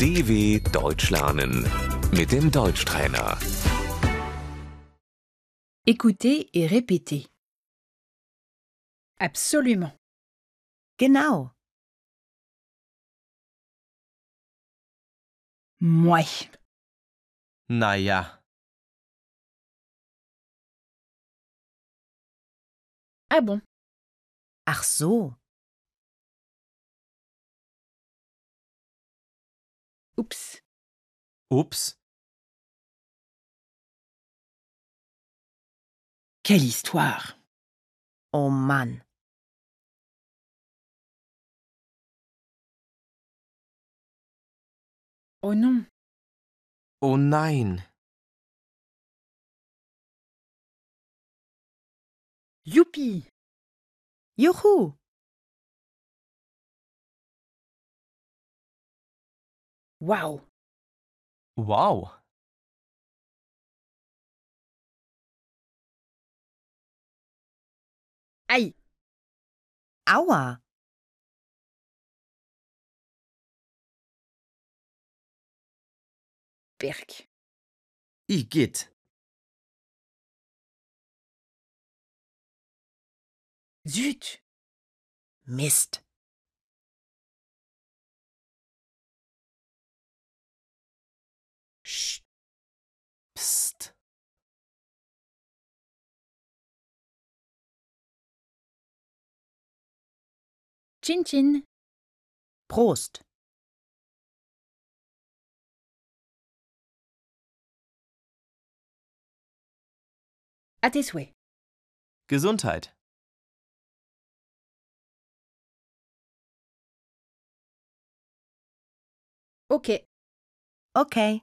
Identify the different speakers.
Speaker 1: DW Deutsch lernen mit dem Deutschtrainer.
Speaker 2: Écoutez et répétez. Absolument.
Speaker 3: Genau,
Speaker 2: Moi.
Speaker 4: Naja,
Speaker 2: Ah bon
Speaker 3: ach so,
Speaker 2: Oups.
Speaker 4: ups,
Speaker 2: Quelle histoire
Speaker 3: oh Mann,
Speaker 2: Oh non
Speaker 4: oh nein,
Speaker 2: Youpi
Speaker 3: juhu,
Speaker 2: Waouh
Speaker 4: wow,
Speaker 2: Aïe
Speaker 3: aua,
Speaker 2: Berk
Speaker 4: igitt,
Speaker 2: Zut
Speaker 3: Mist,
Speaker 2: Chut
Speaker 4: psst,
Speaker 2: Tchin tchin
Speaker 3: Prost,
Speaker 2: À tes souhaits
Speaker 4: Gesundheit,
Speaker 2: Ok.
Speaker 3: okay,